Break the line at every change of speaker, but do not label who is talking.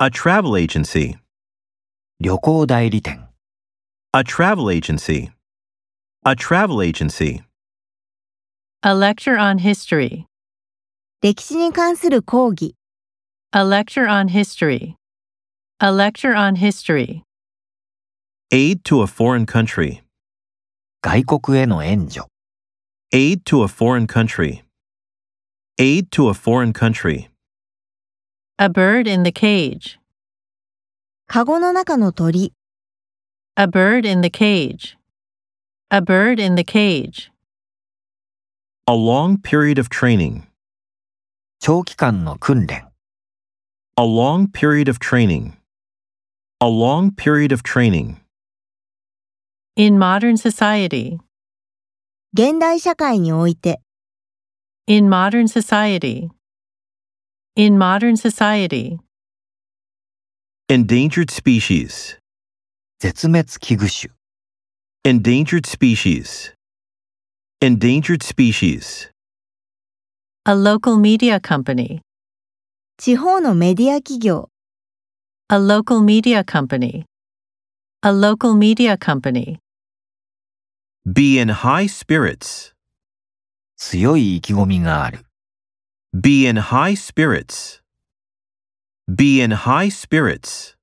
A travel agency.
旅行代理店、
A travel agency. A travel agency.
A lecture on history.
歴史に関する講義、
A lecture on history. A lecture on history.
Aid to a foreign country.
外国への援助、
Aid to a foreign country. Aid to a foreign country.
A bird in the cage.
カゴの中の鳥、
A bird in the cage. A bird in the cage.
A long period of training.
長期間の訓練、
A long period of training. A long period of training.
In modern society.
現代社会において、
In modern society. In modern society.
Endangered species.
絶滅危惧種、
Endangered species. Endangered species.
A local media company.
地方のメディア企業、
A local media company. A local media company.
Be in high spirits.
強い意気込みがある、
Be in high spirits. Be in high spirits.